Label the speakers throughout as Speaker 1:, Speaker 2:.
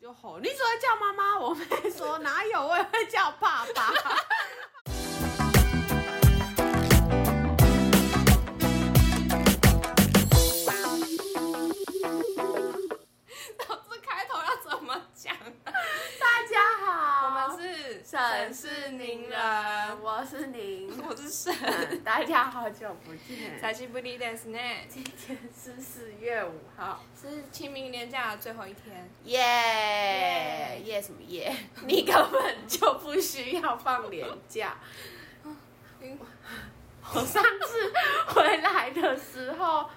Speaker 1: 就吼，你只会叫妈妈，我妹说哪有，我也会叫爸爸。
Speaker 2: 导致开头要怎么讲啊？
Speaker 1: 大家好，
Speaker 2: 我们是
Speaker 1: 沈氏宁人，我是宁。
Speaker 2: 我是沈。
Speaker 1: 大家好久不见，
Speaker 2: 才是不离的是呢，
Speaker 1: 今天是四月五号，
Speaker 2: 是清明年假的最后一天。
Speaker 1: 耶耶什么耶？ 你根本就不需要放年假。我上次回来的时候，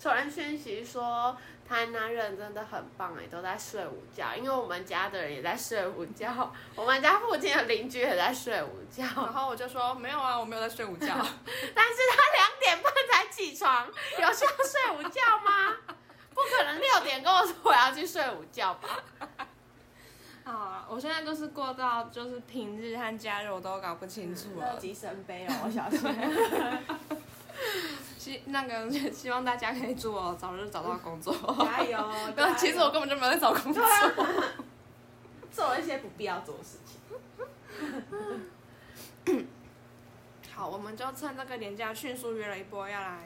Speaker 1: 传然讯息说台南人真的很棒哎，都在睡午觉，因为我们家的人也在睡午觉， 我们家附近的邻居也在睡午 觉，
Speaker 2: 然后我就说没有啊，我没有在睡午觉。
Speaker 1: 但是他两点半才起床，有需要睡午觉吗？ 不可能六点跟我说我要去睡午觉吧？
Speaker 2: 好啊，我现在就是过到就是平日和假日我都搞不清楚了。
Speaker 1: 极神杯哦，我小心。
Speaker 2: 希那个希望大家可以祝我早日找到工作。
Speaker 1: 嗯油
Speaker 2: 但其实我根本就没有在找工作。
Speaker 1: 做了一些不必要做的事情。
Speaker 2: 好，我们就趁这个年假迅速约了一波要来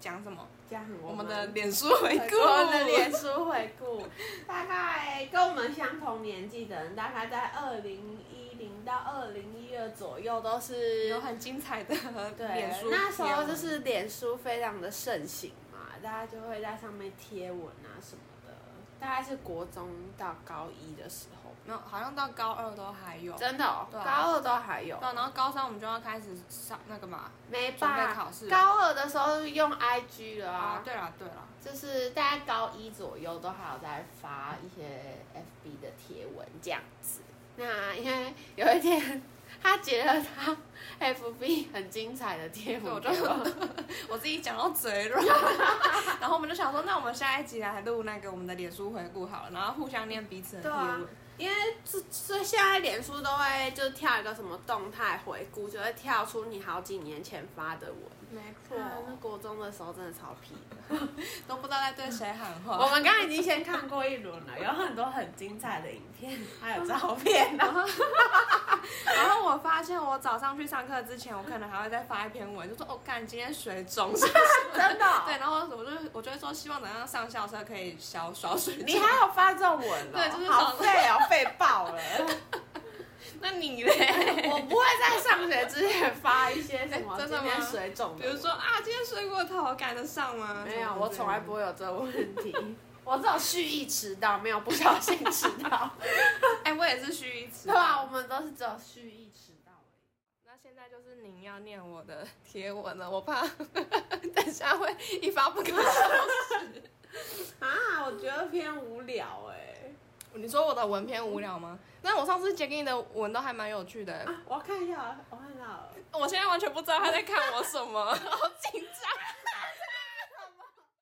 Speaker 2: 讲什么？
Speaker 1: 这样
Speaker 2: 我们的脸书回顾，
Speaker 1: 我们的哎脸书回顾，大概跟我们相同年纪的人，大概在二零一零到二零一二左右都是
Speaker 2: 有很精彩的
Speaker 1: 对
Speaker 2: 脸书贴文，
Speaker 1: 那时候就是脸书非常的盛行嘛，大家就会在上面贴文啊什么的，大概是国中到高一的时候，
Speaker 2: 没有，好像到高二都还有。对，
Speaker 1: 真的、哦
Speaker 2: 对啊
Speaker 1: 高二都还有，
Speaker 2: 然后高三我们就要开始上那个嘛。
Speaker 1: 没
Speaker 2: 准
Speaker 1: 办
Speaker 2: 备
Speaker 1: 法
Speaker 2: 考试
Speaker 1: 高二的时候用 IG 了啊
Speaker 2: 啊，，对了对了，
Speaker 1: 就是大概高一左右都还有在发一些 FB 的贴文这样子。那因为有一天他觉得他 FB 很精彩的贴文，
Speaker 2: 我就
Speaker 1: 给我
Speaker 2: 我自己讲到嘴 软，然后我们就想说，那我们下一集来录那个我们的脸书回顾好了，然后互相念彼此的贴
Speaker 1: 对啊
Speaker 2: 文。
Speaker 1: 因为这这现在脸书都会就跳一个什么动态回顾，就会跳出你好几年前发的文。
Speaker 2: 没
Speaker 1: 啊那国中的时候真的超屁的。
Speaker 2: 都不知道在对谁喊
Speaker 1: 我
Speaker 2: 话。
Speaker 1: 们刚刚已经先看过一轮了，有很多很精彩的影片，还有照片呢、
Speaker 2: 然后我发现，我早上去上课之前，我可能还会再发一篇文，就说：“哦，干，今天水肿。”
Speaker 1: 真的哦、
Speaker 2: 对，然后我就我就会说，希望能让上校车可以消烧水肿。
Speaker 1: 你还有发这种文哦、
Speaker 2: 对就是
Speaker 1: 好
Speaker 2: 早上
Speaker 1: 废哦、废爆了。
Speaker 2: 那你嘞？
Speaker 1: 我不会在上学之前发一些什么
Speaker 2: 哎真的吗
Speaker 1: 今天水肿的文，
Speaker 2: 比如说啊，今天水果头赶得上吗？
Speaker 1: 没有，我从来不
Speaker 2: 会。
Speaker 1: 会有这个问 题。我只有蓄意迟到，没有不小心迟 到，
Speaker 2: 哎、我也是虚一次。
Speaker 1: 对吧？我们都是只有蓄意迟到而
Speaker 2: 那现在就是您要念我的贴文了，我怕 等下会一发不可收。
Speaker 1: 已。啊，我觉得偏无聊哎、
Speaker 2: 你说我的文篇无聊吗？那我上次截给你的文都还蛮有趣的、欸
Speaker 1: 啊，我看一下，我看到了。
Speaker 2: 我现在完全不知道他在看我什么，好紧张。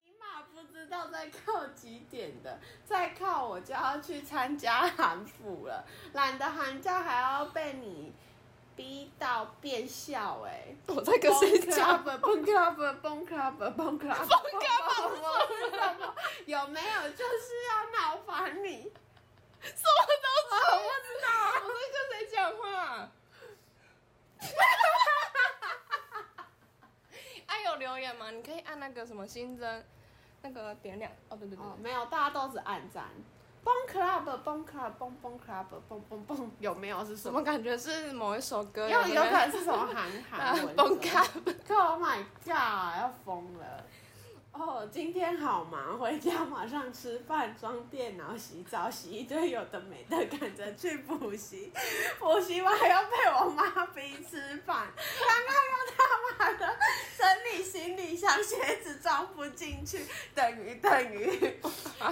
Speaker 1: 起码不知道在靠几点的，再靠我就要去参加韩服了，懒得寒假还要被你逼到变笑哎、欸。
Speaker 2: 我在跟谁讲？
Speaker 1: club 蹦 club 蹦 club 蹦 club 蹦 club 有没有就是要闹翻你？
Speaker 2: 什么东啊西？我不知道、我在跟谁讲话？ 哎、有留言吗？你可以按那个什么新增，那个点两哦，对对对，
Speaker 1: 哦，没有，大家都只暗赞。蹦 club 蹦 club 蹦蹦 club 蹦蹦蹦，有没有是什
Speaker 2: 怎
Speaker 1: 么？
Speaker 2: 么感觉是某一首歌？
Speaker 1: 有有可能
Speaker 2: 是
Speaker 1: 是什么韩韩文
Speaker 2: 蹦咖。
Speaker 1: Oh my god！要疯了。哦、今天好忙，回家马上吃饭、装电脑、洗澡、洗一堆有的没的，赶着去补习。补习完还要被我妈逼吃饭，刚刚又他妈的整理行李箱，鞋子装不进去，等于等于。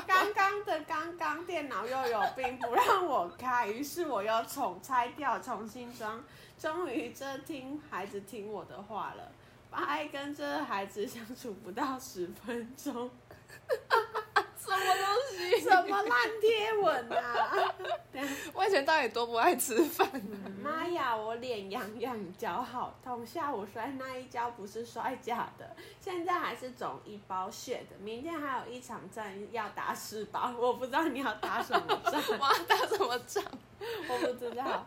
Speaker 1: 刚刚的刚刚电脑又有病，不让我开，于是我又重拆掉，重新装。终于这听孩子听我的话了，爸爱跟这个孩子相处不到十分钟，
Speaker 2: 什什么东西？
Speaker 1: 什么烂贴文啊！等一下
Speaker 2: 我以前到底多不爱吃饭啊、
Speaker 1: 妈呀，我脸痒痒，脚好痛。下午摔那一跤不是摔假的，现在还是肿一包血的。明天还有一场战要打四包，我不知道你要打什么战，
Speaker 2: 我要打什么仗？
Speaker 1: 我不知道。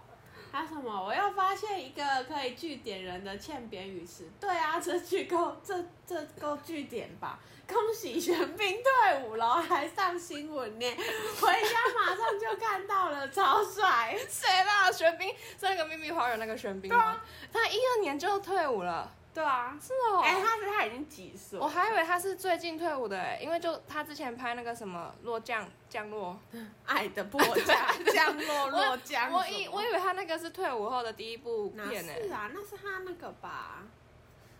Speaker 1: 还有什么？我又发现一个可以据点人的欠扁语词。对啊，这句够，这这够据点吧？恭喜玄彬退伍了，还上新闻呢，回家马上就看到了，超帅。
Speaker 2: 谁啦？玄彬是那个秘密花园那个玄彬
Speaker 1: 对
Speaker 2: 吗
Speaker 1: 啊？
Speaker 2: 他一二年就退伍了，
Speaker 1: 对啊，
Speaker 2: 是哦。
Speaker 1: 哎、他是他已经几岁？
Speaker 2: 我还以为他是最近退伍的哎，因为就他之前拍那个什么落降降落，
Speaker 1: 爱的迫降，降落落降什么。
Speaker 2: 我以我以为他那个是退伍后的第一部
Speaker 1: 哪
Speaker 2: 片哎
Speaker 1: 是，啊？那是他那个吧，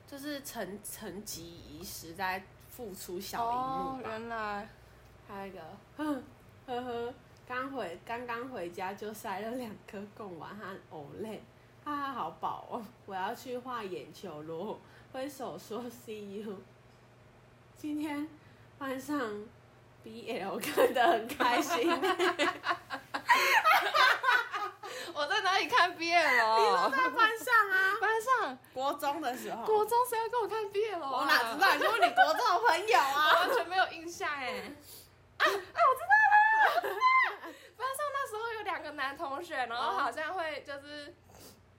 Speaker 1: 就是层层级遗失在复出小荧
Speaker 2: 哦，
Speaker 1: 幕吧。
Speaker 2: 原来
Speaker 1: 还有一个， 哼呵呵，刚回刚刚回家就塞了两颗贡丸和藕类，哈哈，好饱哦！ 我要去画眼球喽，挥手说 see you。今天晚上 BL 看得很开心、
Speaker 2: 我在哪里看
Speaker 1: 你说
Speaker 2: BL？
Speaker 1: 在班上啊？
Speaker 2: 班上
Speaker 1: 国中的时候，
Speaker 2: 国中谁要跟我看 BL？啊
Speaker 1: 我哪知？道？你问你国中的朋友
Speaker 2: 我
Speaker 1: 啊？
Speaker 2: 完全没有印象哎。啊啊！我知道了， 班上那时候有两个男同学，然后好像会就是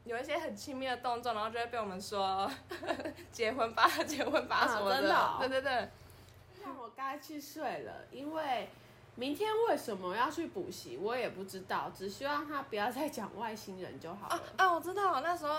Speaker 2: 有一些很亲密的动作，然后就会被我们说 结婚吧，结婚吧
Speaker 1: 啊
Speaker 2: 什么
Speaker 1: 真的哦
Speaker 2: 对对对，
Speaker 1: 那我该去睡了，因为明天为什么要去补习，我也不知道。只希望他不要再讲外星人就好
Speaker 2: 啊
Speaker 1: 了。
Speaker 2: 啊！我知道，那时候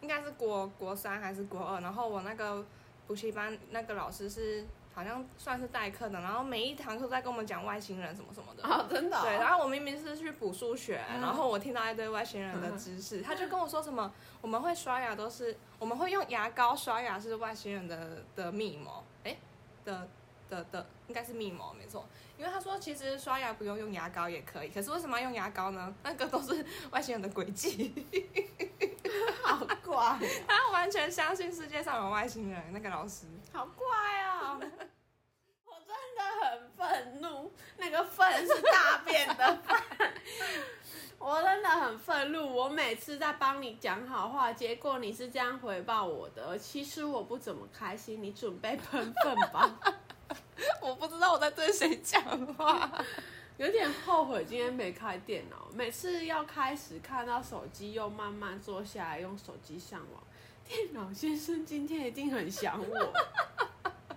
Speaker 2: 应该是国国三还是国二，然后我那个补习班那个老师是好像算是代课的，然后每一堂课都在跟我们讲外星人什么什么的。
Speaker 1: 哦，真的、哦？嗯
Speaker 2: 对，然后我明明是去补数学，然后我听到一堆外星人的知识，他就跟我说什么我们会刷牙都是我们会用牙膏刷牙是外星人的的密谋，哎的的的应该是密谋没错，因为他说其实刷牙不用用牙膏也可以，可是为什么要用牙膏呢？那个都是外星人的诡计，
Speaker 1: 好怪，
Speaker 2: 他完全相信世界上有外星人。那个老师，
Speaker 1: 好怪哦！ 我真的很愤怒，那个愤是大便的愤。我真的很愤怒，我每次在帮你讲好话，结果你是这样回报我的。其实我不怎么开心，你准备喷粪吧。
Speaker 2: 我不知道我在对谁讲话。
Speaker 1: 有点后悔今天没开电脑，每次要开始看到手机，又慢慢坐下来用手机上网。电脑先生今天一定很想我，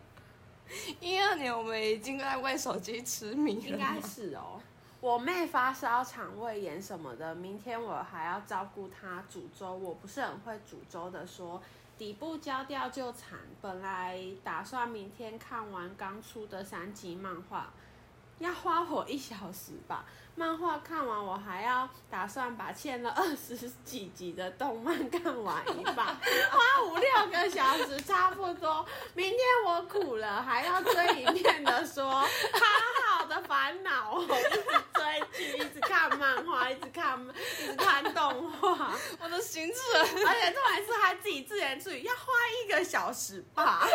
Speaker 2: 一二年我们已经在为手机痴迷了，
Speaker 1: 应该是哦。我妹发烧、肠胃炎什么的，明天我还要照顾她煮粥。我不是很会煮粥的说底部焦掉就惨。本来打算明天看完刚出的三集漫画，要花我一小时吧。漫画看完，我还要打算把欠了二十几集的动漫看完一半，花五六个小时差不多。明天我苦了，还要追影片的说，好好的烦恼哦， 一直追剧，一直看漫画，一直看一直看动画，
Speaker 2: 我的行程。
Speaker 1: 而且重点是还自己自言自语，要花一个小时吧。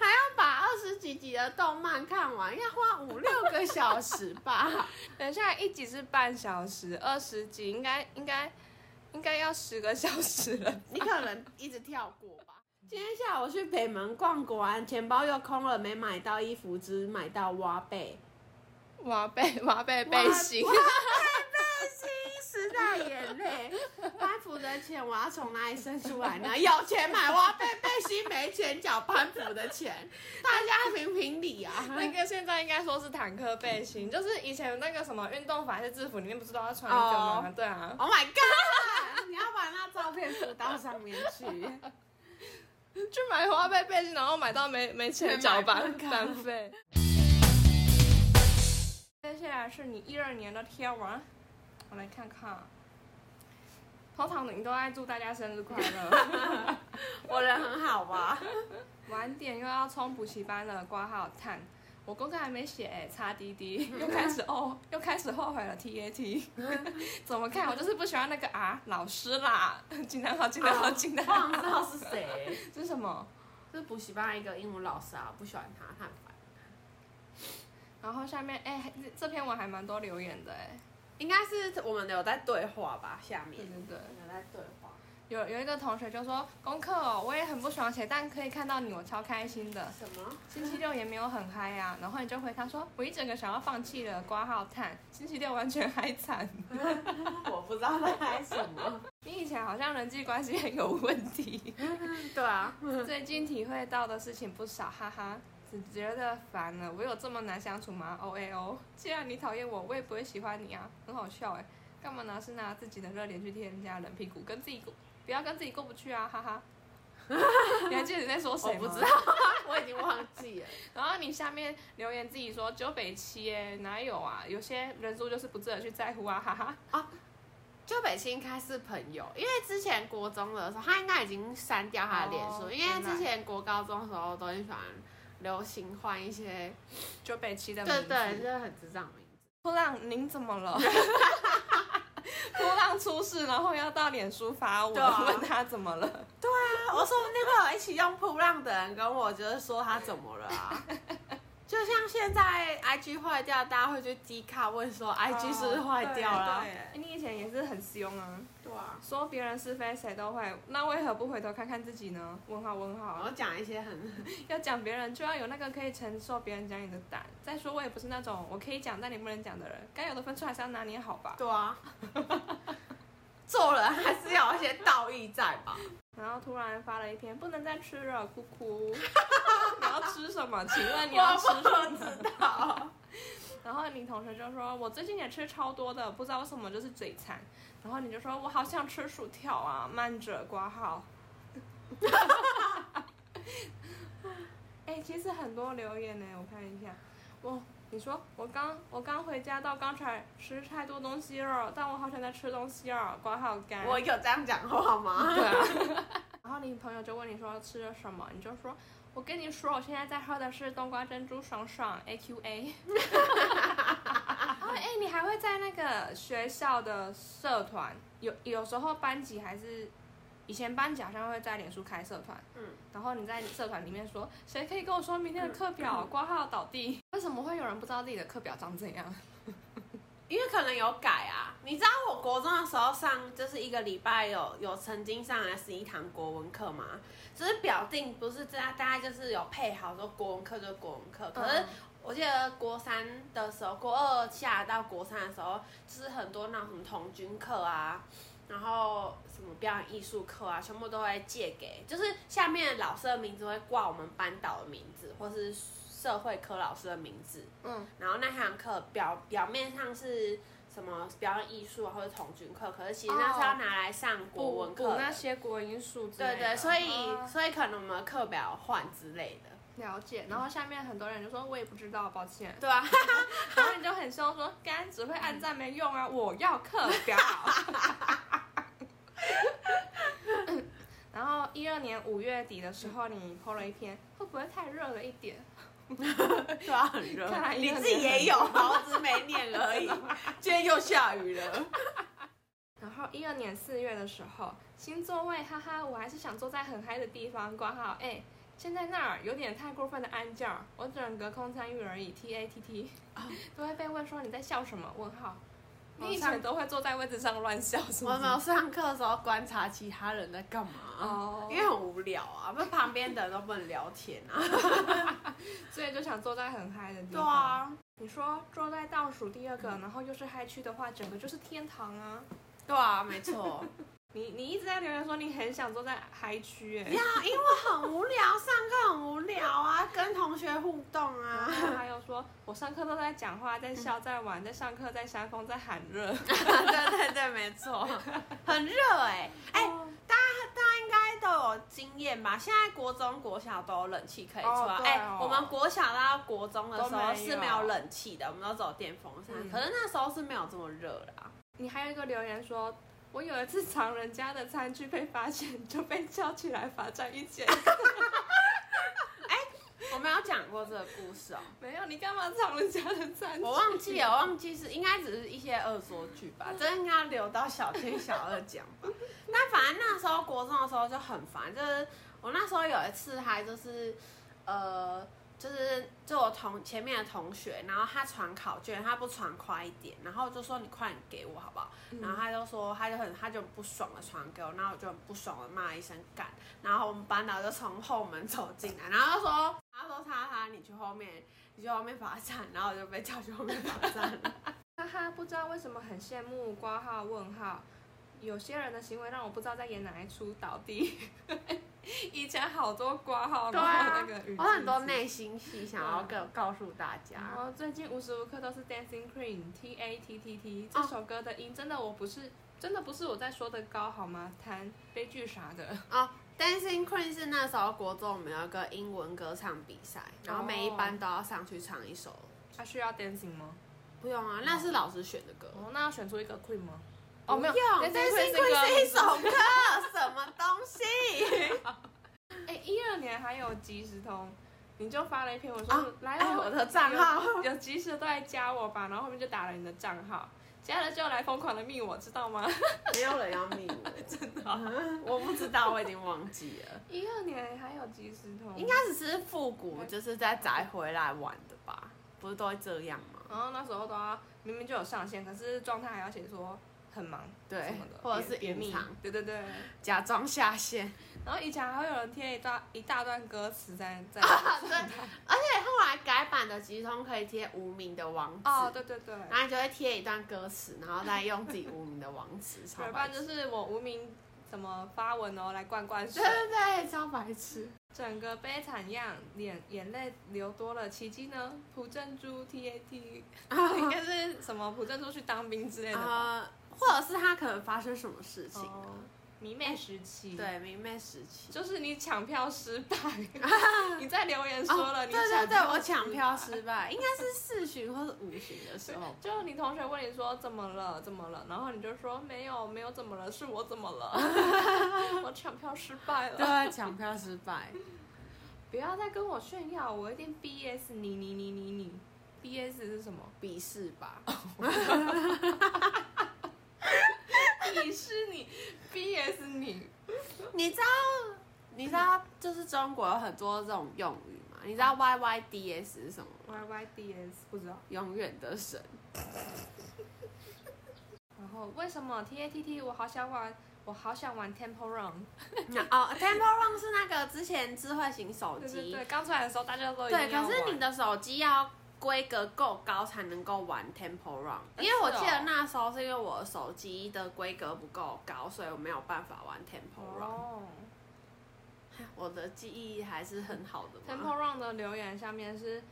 Speaker 1: 还要把二十几集的动漫看完，要花五六个小时吧。
Speaker 2: 等一下，一集是半小时，二十集应该应该应该要十个小时 了。
Speaker 1: 你可能一直跳过吧。今天下午去北门逛，果然钱包又空了，没买到衣服，只买到挖背
Speaker 2: 哇背哇背背心
Speaker 1: 哇，背心时代眼泪。班服的钱我要从哪里生出来呢？有钱买挖背背心，没钱缴班服的钱，大家评评理啊！
Speaker 2: 那个现在应该说是坦克背心，就是以前那个什么运动服还是制服里面不是都要穿一个吗
Speaker 1: 哦
Speaker 2: 对啊，
Speaker 1: Oh my god！你要把那照片附到上面去，
Speaker 2: 去买花背背心，然后买到没没钱缴
Speaker 1: 没
Speaker 2: 班
Speaker 1: 买
Speaker 2: 班费。接下来是你一二年的贴文，我来看看。通常你都爱祝大家生日快乐。
Speaker 1: 我人很 好吧？
Speaker 2: 晚点又要冲补习班了，挂号叹。我功课还没写、欸，擦滴 滴，又开始哦，又开始后悔了。T A T，怎么看？我就是不喜欢那个啊，老师啦，尽量好，尽量好，尽量
Speaker 1: 忘
Speaker 2: 好。
Speaker 1: 不知道是谁。
Speaker 2: 这是什么？
Speaker 1: 就是补习班一个英文老师啊，我不喜欢他，他很烦。
Speaker 2: 然后下面哎、这篇文还蛮多留言的哎、
Speaker 1: 应该是我们有在对话吧？下面
Speaker 2: 对对对，
Speaker 1: 有在对话，
Speaker 2: 有有一个同学就说功课哦，我也很不喜欢写，但可以看到你，我超开心的。
Speaker 1: 什么？
Speaker 2: 星期六也没有很嗨呀、然后你就回他说我一整个想要放弃了，挂号叹，星期六完全嗨惨。
Speaker 1: 我不知道在嗨什么。
Speaker 2: 你以前好像人际关系很有问题，
Speaker 1: 对啊，
Speaker 2: 最近体会到的事情不少，哈哈。只觉得烦了，我有这么难相处吗？O A O，既然你讨厌我，我也不会喜欢你啊，很好笑哎、干嘛拿是拿自己的热脸去贴人家的冷屁股，跟自己过不要跟自己过不去啊，哈 哈。你还记得你在说谁
Speaker 1: 我
Speaker 2: 吗？
Speaker 1: 不知道， 我已经忘记了。
Speaker 2: 然后你下面留言自己说九北七哎，哪有啊？有些人数就是不值得去在乎啊，哈哈。
Speaker 1: 就北青应该是朋友，因为之前国中的时候，他应该已经删掉他的脸书，
Speaker 2: 哦
Speaker 1: 因为之前国高中的时候都很喜欢流行换一些，
Speaker 2: 九北七的名
Speaker 1: 对
Speaker 2: 字。
Speaker 1: 对，就是很智障的名字。
Speaker 2: 波浪，您怎么 了？ 波浪出事，然后要到脸书发文，
Speaker 1: 对啊
Speaker 2: 问他怎么了？
Speaker 1: 啊我说那个有一起用扑浪的人跟我就是说他怎么了 啊？就像现在 IG 坏掉，大家会去 D 卡问说 IG 是不是坏掉了啊？
Speaker 2: 哦对对你以前也是很凶啊，
Speaker 1: 对啊，
Speaker 2: 说别人是非谁都会，那为何不回头看看自己呢？问号问
Speaker 1: 我
Speaker 2: 号，
Speaker 1: 要讲一些很。
Speaker 2: 要讲别人就要有那个可以承受别人讲你的胆。再说我也不是那种我可以讲但你不能讲的人，该有的分寸还是要拿捏好吧
Speaker 1: 对啊， 做人还是要有一些道义在吧？
Speaker 2: 然后突然发了一篇不能再吃了，哭哭。你要吃什么？请问你要吃什
Speaker 1: 我
Speaker 2: 么
Speaker 1: 不？知道。
Speaker 2: 然后你同学就说：“我最近也吃超多的，不知道为什么就是嘴馋。”然后你就说：“我好想吃薯条啊！”慢着，挂号。 哎、其实很多留言呢，我看一下。我你说我刚我刚回家到刚才吃太多东西了，但我好想再吃东西了，挂号干。
Speaker 1: 我有这样讲话吗？
Speaker 2: 对 啊。然后你朋友就问你说吃了什么，你就说：“我跟你说，我现在在喝的是冬瓜珍珠爽爽 A Q A。”哦，哎、你还会在那个学校的社团，有有时候班级还是以前班级好像会在脸书开社团，
Speaker 1: 嗯，
Speaker 2: 然后你在社团里面说，谁可以跟我说明天的课表
Speaker 1: 嗯
Speaker 2: 挂号倒地？ 为什么会有人不知道自己的课表长怎样？
Speaker 1: 因为可能有改啊。你知道我国中的时候上就是一个礼拜有有曾经上来十一堂国文课嘛，只是表定不是大家大家就是有配好说国文课就国文课，可是。我记得国三的时候，国二下到国三的时候，就是很多那种什么童军课啊，然后什么表演艺术课啊，全部都会借给，就是下面老师的名字会挂我们班导的名字，或是社会科老师的名字。
Speaker 2: 嗯，
Speaker 1: 然后那堂课表表面上是什么表演艺术啊，或者童军课，可是其实那是要拿来上国
Speaker 2: 补
Speaker 1: 文
Speaker 2: 补
Speaker 1: 课的。
Speaker 2: 那些国文因素之类
Speaker 1: 对
Speaker 2: 的。
Speaker 1: 对，所以、
Speaker 2: 啊
Speaker 1: 所以可能我们的课表换之类的。
Speaker 2: 了解。然后下面很多人就说，我也不知道，抱歉。
Speaker 1: 嗯对啊，
Speaker 2: 然后你就很凶说，干只会按赞没用啊，我要课表。 然后一二年五月底的时候，你 PO 了一篇，会不会太热了一点？
Speaker 1: 对啊，很 热
Speaker 2: 看来
Speaker 1: 你
Speaker 2: 热
Speaker 1: 自己
Speaker 2: 得很
Speaker 1: 也有 啊，我只是没念而已。 今天又下雨了。
Speaker 2: 然后一二年四月的时候，新座位，哈哈，我还是想坐在很嗨的地方，挂号，哎、现在那儿有点太过分的安静儿，我只能隔空参与而已，T A T T，都会被问说你在笑什么？问号，你以前
Speaker 1: 好像
Speaker 2: 都会坐在位置上乱笑是不
Speaker 1: 我
Speaker 2: 是？
Speaker 1: 没有上课的时候观察其他人在干嘛，
Speaker 2: 哦
Speaker 1: 因，为很无聊啊，不是旁边的人都不能聊天啊。
Speaker 2: 所以就想坐在很嗨的地
Speaker 1: 对
Speaker 2: 方。，
Speaker 1: 啊，
Speaker 2: 你说坐在倒数第二个，然后又是嗨区的话，整个就是天堂啊！
Speaker 1: 对啊，没错。
Speaker 2: 你你一直在留言说你很想坐在嗨区、哎。
Speaker 1: 呀，因为很无聊，上课很无聊啊，跟同学互动
Speaker 2: 然
Speaker 1: 啊。
Speaker 2: 后还有说，我上课都在讲话，在
Speaker 1: 嗯
Speaker 2: 笑，在玩，在上课，在扇风，在喊热。
Speaker 1: 哦对对对，没错，很热哎、哎、大家都有经验吧？现在国中、国小都有冷气可以吹
Speaker 2: 哦
Speaker 1: 啊。
Speaker 2: 对
Speaker 1: 哎、
Speaker 2: 哦
Speaker 1: 我们国小到国中的时
Speaker 2: 都没
Speaker 1: 候
Speaker 2: 有
Speaker 1: 是没有冷气的，我们都走电风扇、
Speaker 2: 嗯
Speaker 1: 可是那时候是没有这么热的、啊。
Speaker 2: 你还有一个留言说，我有一次藏人家的餐具被发现，就被叫起来罚站一 节。
Speaker 1: 我们有讲过这个故事哦、
Speaker 2: 没有，你干嘛藏人家的餐具？
Speaker 1: 我忘记了，我忘记是应该只是一些恶作剧吧，这应该留到小天小二讲吧。但反正那时候国中的时候就很烦，就是我那时候有一次还就是呃就是就我同前面的同学，然后他传考卷，他不传快一点，然后我就说你快点给我好不好？然后他就说他就很他就很不爽的传给我，然后我就很不爽的骂一声干，然后我们班导就从后门走进来，然后就说他说他他你去后面你去后面罚站，然后我就被叫去后面罚站 了。
Speaker 2: 哈哈，不知道为什么很羡慕挂号问号，有些人的行为让我不知道在演哪一出倒地。 以前好多挂号，
Speaker 1: 对
Speaker 2: 然后
Speaker 1: 啊
Speaker 2: 那个语，
Speaker 1: 我很多
Speaker 2: 气词
Speaker 1: 内心戏想要告告诉大家。
Speaker 2: 然后最近无时无刻都是 Dancing Queen T A T T T 这首歌的音，真的我不是真的不是我在说的高好吗？谈悲剧啥 的，
Speaker 1: 哦，Dancing Queen 是那时候国中我们有一个英文歌唱比赛，然后每一班都要上去唱一首。
Speaker 2: 他、需要 dancing 吗？
Speaker 1: 不用啊，那是老师选的歌。
Speaker 2: 哦，那要选出一个 Queen 吗？
Speaker 1: 哦，
Speaker 2: 哦，
Speaker 1: 没
Speaker 2: 没
Speaker 1: 有
Speaker 2: 有
Speaker 1: ，Dancing Queen 是一首歌，什么东西？
Speaker 2: 哎，一二年还有即时通，你就发了一篇我说、
Speaker 1: 啊
Speaker 2: 来
Speaker 1: 哎，
Speaker 2: 哦，
Speaker 1: 我的账号。
Speaker 2: 有即时都来加我吧，然后后面就打了你的账号，加了就来疯狂的密我，知道吗？
Speaker 1: 没有人要密我， 真的、啊我不知道，我已经忘记了，
Speaker 2: 一二年还有即时通，
Speaker 1: 应该只是复古，就是在宅回来玩的吧？不是都会这样吗？
Speaker 2: 然后那时候都要明明就有上线，可是状态还要写说很忙，
Speaker 1: 对
Speaker 2: 什么的，
Speaker 1: 或者是
Speaker 2: 别别
Speaker 1: 隐
Speaker 2: 密
Speaker 1: 藏，
Speaker 2: 对对对。
Speaker 1: 假装下 线，
Speaker 2: 然后以前还会有人贴一段一大段歌词在在
Speaker 1: 啊后来改版的集通可以贴无名的网址，
Speaker 2: 哦，对对对。
Speaker 1: 然后你就会贴一段歌词，然后再用自己无名的网 址，超
Speaker 2: 要不
Speaker 1: 白
Speaker 2: 然
Speaker 1: 痴。
Speaker 2: 就是我无名怎么发文哦，来灌灌 水
Speaker 1: 对，对对，超白痴。
Speaker 2: 整个悲惨样，眼眼泪流多了，奇迹呢？朴正珠 T A T，应该是什么？朴正珠去当兵之类的吧？
Speaker 1: 呃，或者是他可能发生什么事情了？
Speaker 2: 哦，迷妹时期，，
Speaker 1: 对，明媚时期。
Speaker 2: 就是你抢票失败， 你在留言说 了，
Speaker 1: 哦
Speaker 2: 你
Speaker 1: 对对
Speaker 2: 抢
Speaker 1: 对，
Speaker 2: 票
Speaker 1: 我
Speaker 2: 失败
Speaker 1: 抢票失败，应该是四巡或是五巡的时候。
Speaker 2: 就你同学问你说怎么了，怎么了，然后你就说没有，没有怎么了，是我怎么了， 我抢票失败了。
Speaker 1: 对，抢票失败。
Speaker 2: 不要再跟我炫耀，我一定 BS 你你你你你，BS 是什么？
Speaker 1: 鄙视吧，
Speaker 2: 鄙视你，BS 你，
Speaker 1: 你知道，你知道，就是中国有很多这种用语嘛？你
Speaker 2: 嗯
Speaker 1: 知道 Y Y D S 是什么吗？
Speaker 2: YYDS 不知道。
Speaker 1: 永远的神。
Speaker 2: 然后为什么 TATT 我好想玩，我好想玩 Temple Run。
Speaker 1: 那 哦，Temple Run 是那个之前智慧型手
Speaker 2: 对对
Speaker 1: 机，
Speaker 2: 对，刚出来的时候大家都一
Speaker 1: 对，
Speaker 2: 定要
Speaker 1: 可是
Speaker 2: 玩
Speaker 1: 你的手机要规格够高才能够玩 Temple Run，
Speaker 2: 呃
Speaker 1: 因为我
Speaker 2: 是哦
Speaker 1: 记得那时候是因为我的手机的规格不够高，所以我没有办法玩 Temple Run。
Speaker 2: 哦
Speaker 1: 我的记忆还是很好的嘛。
Speaker 2: Temple Run 的留言下面是，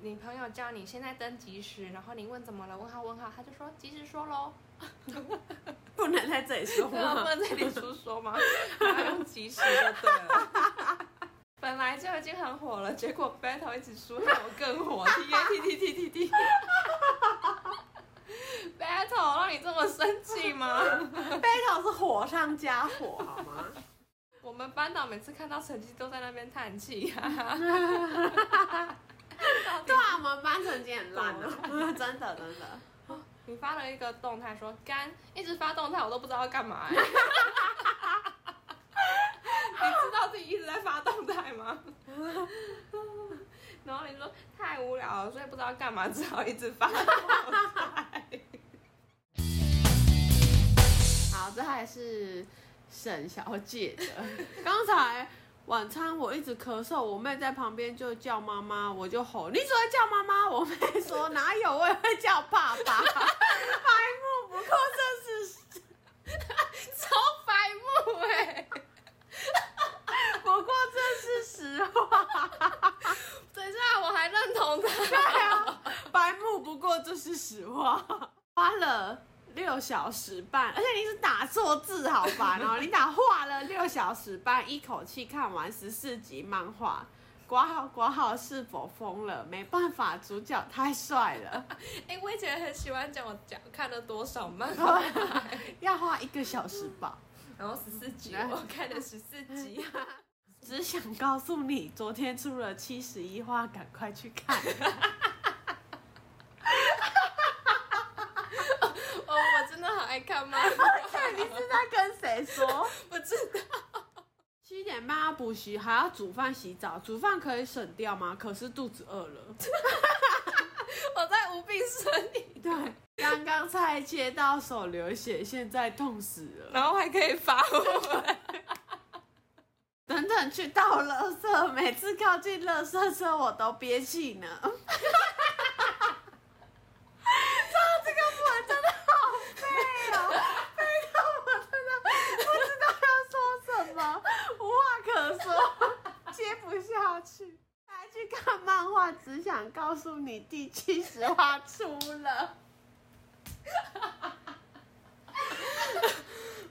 Speaker 2: 你朋友叫你现在登即时，然后你问怎么了？问号问号，他就说即时说喽。
Speaker 1: 不能在这里说
Speaker 2: 不 能在这里出说吗？还要用即时就对了。 本来就已经很火了，结果 battle 一起输，让我更火。T A T T T T T。battle 让你这么生气吗？
Speaker 1: ，battle 是火上加火，好吗？
Speaker 2: 我们班导每次看到成绩都在那边叹气、啊。
Speaker 1: 对啊，我们班成绩很烂啊，真的真的。
Speaker 2: 你发了一个动态说干，一直发动态我都不知道要干嘛、 欸。你知道自己一直在发动态 吗？然后你说太无聊了，所以不知道干嘛，只好一直发。
Speaker 1: 好，这还是沈小姐的。刚才晚餐我一直咳嗽，我妹在旁边就叫妈妈，我就吼：“你只会叫妈妈？”我妹说：“哪有，我也会叫爸爸。”白目不过这是，
Speaker 2: 超白目哎、
Speaker 1: 不过这是实话。
Speaker 2: 等一下我还认同
Speaker 1: 对
Speaker 2: 他。
Speaker 1: 啊，白目不过这是实话。花了六小时半，而且你是打错字，好烦哦！你打花了六小时半，一口气看完十四集漫画。挂号挂号是否疯了？没办法，主角太帅了，
Speaker 2: 哎、我以前很喜欢讲我讲看了多少漫，
Speaker 1: 要花一个小时吧。
Speaker 2: 然后十四集我看了十四 集。
Speaker 1: 只想告诉你，昨天出了七十一话，赶快去 看。
Speaker 2: 哦，我 真的好爱看漫，
Speaker 1: 你是在跟谁说？
Speaker 2: 我知道。
Speaker 1: 七七点半要补习，还要煮饭、洗澡，煮饭可以省掉吗？可是肚子饿了。
Speaker 2: 我在无病呻吟，
Speaker 1: 对，刚刚菜切到手流血，现在痛死了。
Speaker 2: 然后还可以发文，
Speaker 1: 等等去倒垃圾，每次靠近垃圾车我都憋气呢。 操，这个我真的好废哦，废到我真的不知道要说什么，无话可说，接不下去。来去看漫画，只想告诉你第七十话出了。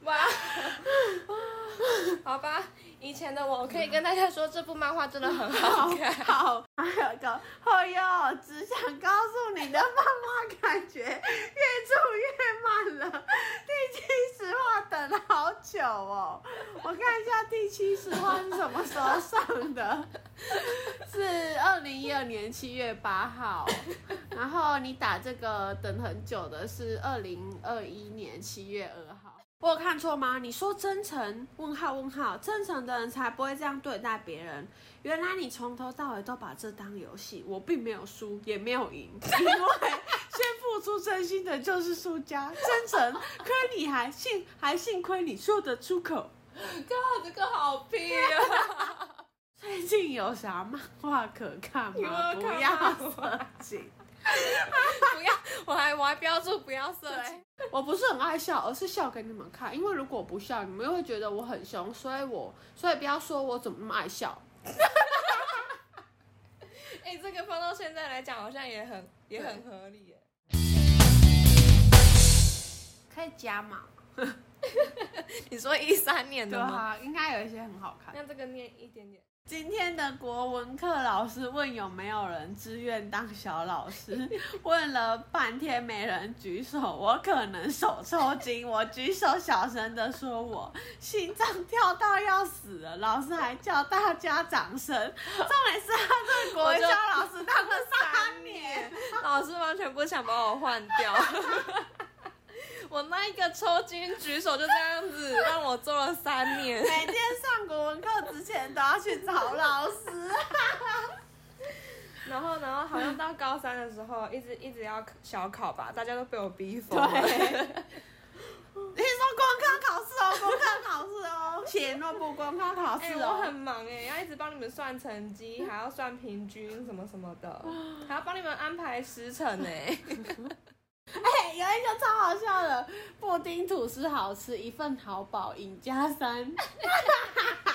Speaker 2: 哇， 好吧，以前的我可以跟大家说，这部漫画真的很 好看。
Speaker 1: 好，还有一个，哎呦，只想告诉你的漫画感觉越做越慢了。第七十话等了好久哦，我看一下第七十话是什么时候上的，是二零一二年七月八号。然后你打这个等很久的是二零二一年七月二号。我有看错吗？你说真诚？问号问号，真诚的人才不会这样对待别人。原来你从头到尾都把这当游戏，我并没有输，也没有赢， 因为先付出真心的就是输家，真诚。亏你还幸还幸亏你说得出口。
Speaker 2: 靠，这个好屁啊！
Speaker 1: 最近有啥漫画可看
Speaker 2: 有
Speaker 1: 吗？
Speaker 2: 啊
Speaker 1: 不
Speaker 2: 看
Speaker 1: 要
Speaker 2: 漫
Speaker 1: 色情。
Speaker 2: 不要， 我还我还标注不要色哎情。
Speaker 1: 我不是很爱笑，而是笑给你们看，因为如果我不笑，你们又会觉得我很凶，所以我所以不要说我怎么那么爱笑。
Speaker 2: 哎、这个放到现在来讲，好像也很也很合理耶。
Speaker 1: 可以加嘛？
Speaker 2: 你说一三年
Speaker 1: 对
Speaker 2: 的吗？
Speaker 1: 啊，应该有一些很好看。
Speaker 2: 那这个念一 点点。
Speaker 1: 今天的国文课老师问有没有人志愿当小老师， 问了半天没人举手，我可能手抽筋，我举手小声的说我心脏跳到要死了，老师还叫大家掌声。重点是他这个国文小老师当了三年，
Speaker 2: 老师完全不想把我换 掉。我那一个抽筋举手就这样子，让我做了三年。
Speaker 1: 每天上国文课之前都要去找老师。
Speaker 2: 然后，然后好像到高三的时候，一直一直要小考吧，大家都被我逼疯了。
Speaker 1: 对 你说公科考试哦，公科考试哦，写诺不公科考
Speaker 2: 哎、
Speaker 1: 试
Speaker 2: 我
Speaker 1: 哦
Speaker 2: 很。忙哎、要一直帮你们算成绩，还要算平均什么什么 的，还要帮你们安排时辰哎、
Speaker 1: 哎、有一个超好笑的，布丁吐司好吃，一份淘宝赢家三。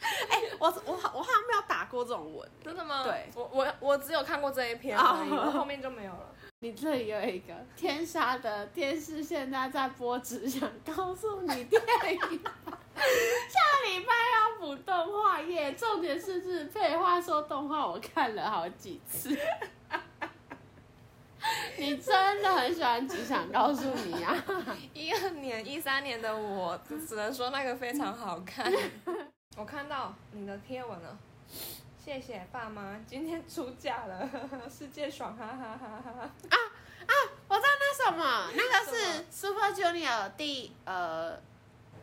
Speaker 1: 哎、我我我好像没有打过这种文。
Speaker 2: 真的吗？
Speaker 1: 对
Speaker 2: 我我我只有看过这一篇而已，
Speaker 1: 哦
Speaker 2: 我后面就没有了。
Speaker 1: 你这里有一个天杀的电视，现在在播，只想告诉你电影。 下礼拜要补动画耶，重点是日配。话说动画我看了好几次。 你真的很喜欢，只想告诉你啊。
Speaker 2: 一二年、一三年的我，只能说那个非常好 看。我看到你的贴文了，谢谢爸妈，今天出假了， 世界爽，哈哈哈哈！
Speaker 1: 我知道那什么，那个
Speaker 2: 什
Speaker 1: 是 Super Junior 第呃，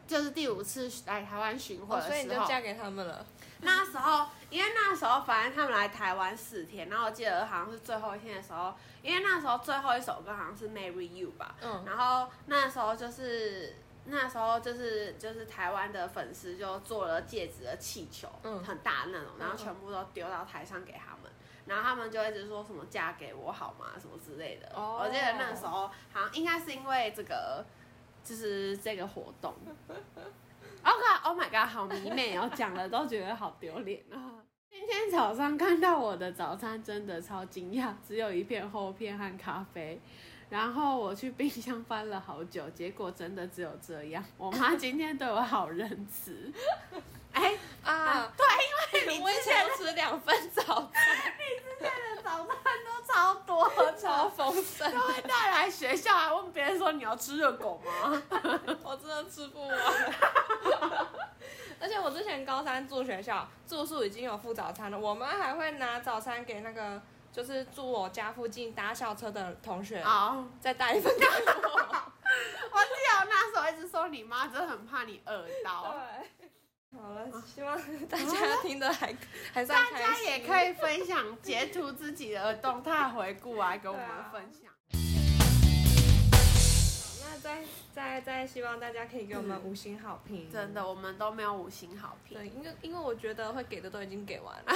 Speaker 1: 就是第五次来台湾巡回
Speaker 2: 哦，
Speaker 1: 的时候，
Speaker 2: 所以你就嫁给他们了。
Speaker 1: 那时候，因为那时候反正他们来台湾四天，然后我记得好像是最后一天的时候，因为那时候最后一首歌好像是《Marry You》吧，
Speaker 2: 嗯，
Speaker 1: 然后那时候就是那时候就是就是台湾的粉丝就做了戒指的气球，
Speaker 2: 嗯
Speaker 1: 很大的那种，然后
Speaker 2: 嗯嗯
Speaker 1: 全部都丢到台上给他们。然后他们就一直说什么嫁给我好吗什么之类的。
Speaker 2: 哦
Speaker 1: 我记得那时候好像应该是因为这个，就是这个活动。OK，Oh、my god，好迷妹哦，讲了都觉得好丢脸啊。今天早上看到我的早餐，真的超惊讶，只有一片厚片和咖啡。然后我去冰箱翻了好久，结果真的只有这样。我妈今天对我好仁慈。哎，
Speaker 2: 啊，
Speaker 1: 对，因为 你
Speaker 2: 我以
Speaker 1: 之
Speaker 2: 前
Speaker 1: 前
Speaker 2: 都吃两份早餐，
Speaker 1: 的早餐都超多的，
Speaker 2: 超丰盛
Speaker 1: 都， 会带来学校，还问别人说你要吃热狗吗？
Speaker 2: 我真的吃不完。而且我之前高三住学校，住宿已经有附早餐了，我妈还会拿早餐给那个就是住我家附近搭校车的同学，
Speaker 1: 哦，
Speaker 2: 再带一份给我。
Speaker 1: 我记得我那时候一直说你妈真的很怕你饿到。
Speaker 2: 对。啊好了，希望大家听的还还算
Speaker 1: 大
Speaker 2: 开
Speaker 1: 家
Speaker 2: 心
Speaker 1: 也可以分享截图自己的动态回顾啊，跟我们
Speaker 2: 对啊
Speaker 1: 分享。
Speaker 2: 那再再再希望大家可以给我们五星好评，
Speaker 1: 真的，。我们都没有五星好评。
Speaker 2: 对，因为因为我觉得会给的都已经给完了，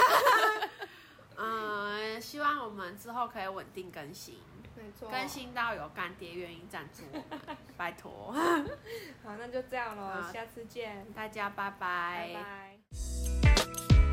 Speaker 1: 嗯，希望我们之后可以稳定更新，
Speaker 2: 没错
Speaker 1: 更。新到有干爹愿意赞助我 们，拜托
Speaker 2: 好，那就这样喽
Speaker 1: 好，
Speaker 2: 下次见，
Speaker 1: 大家，拜拜
Speaker 2: 拜拜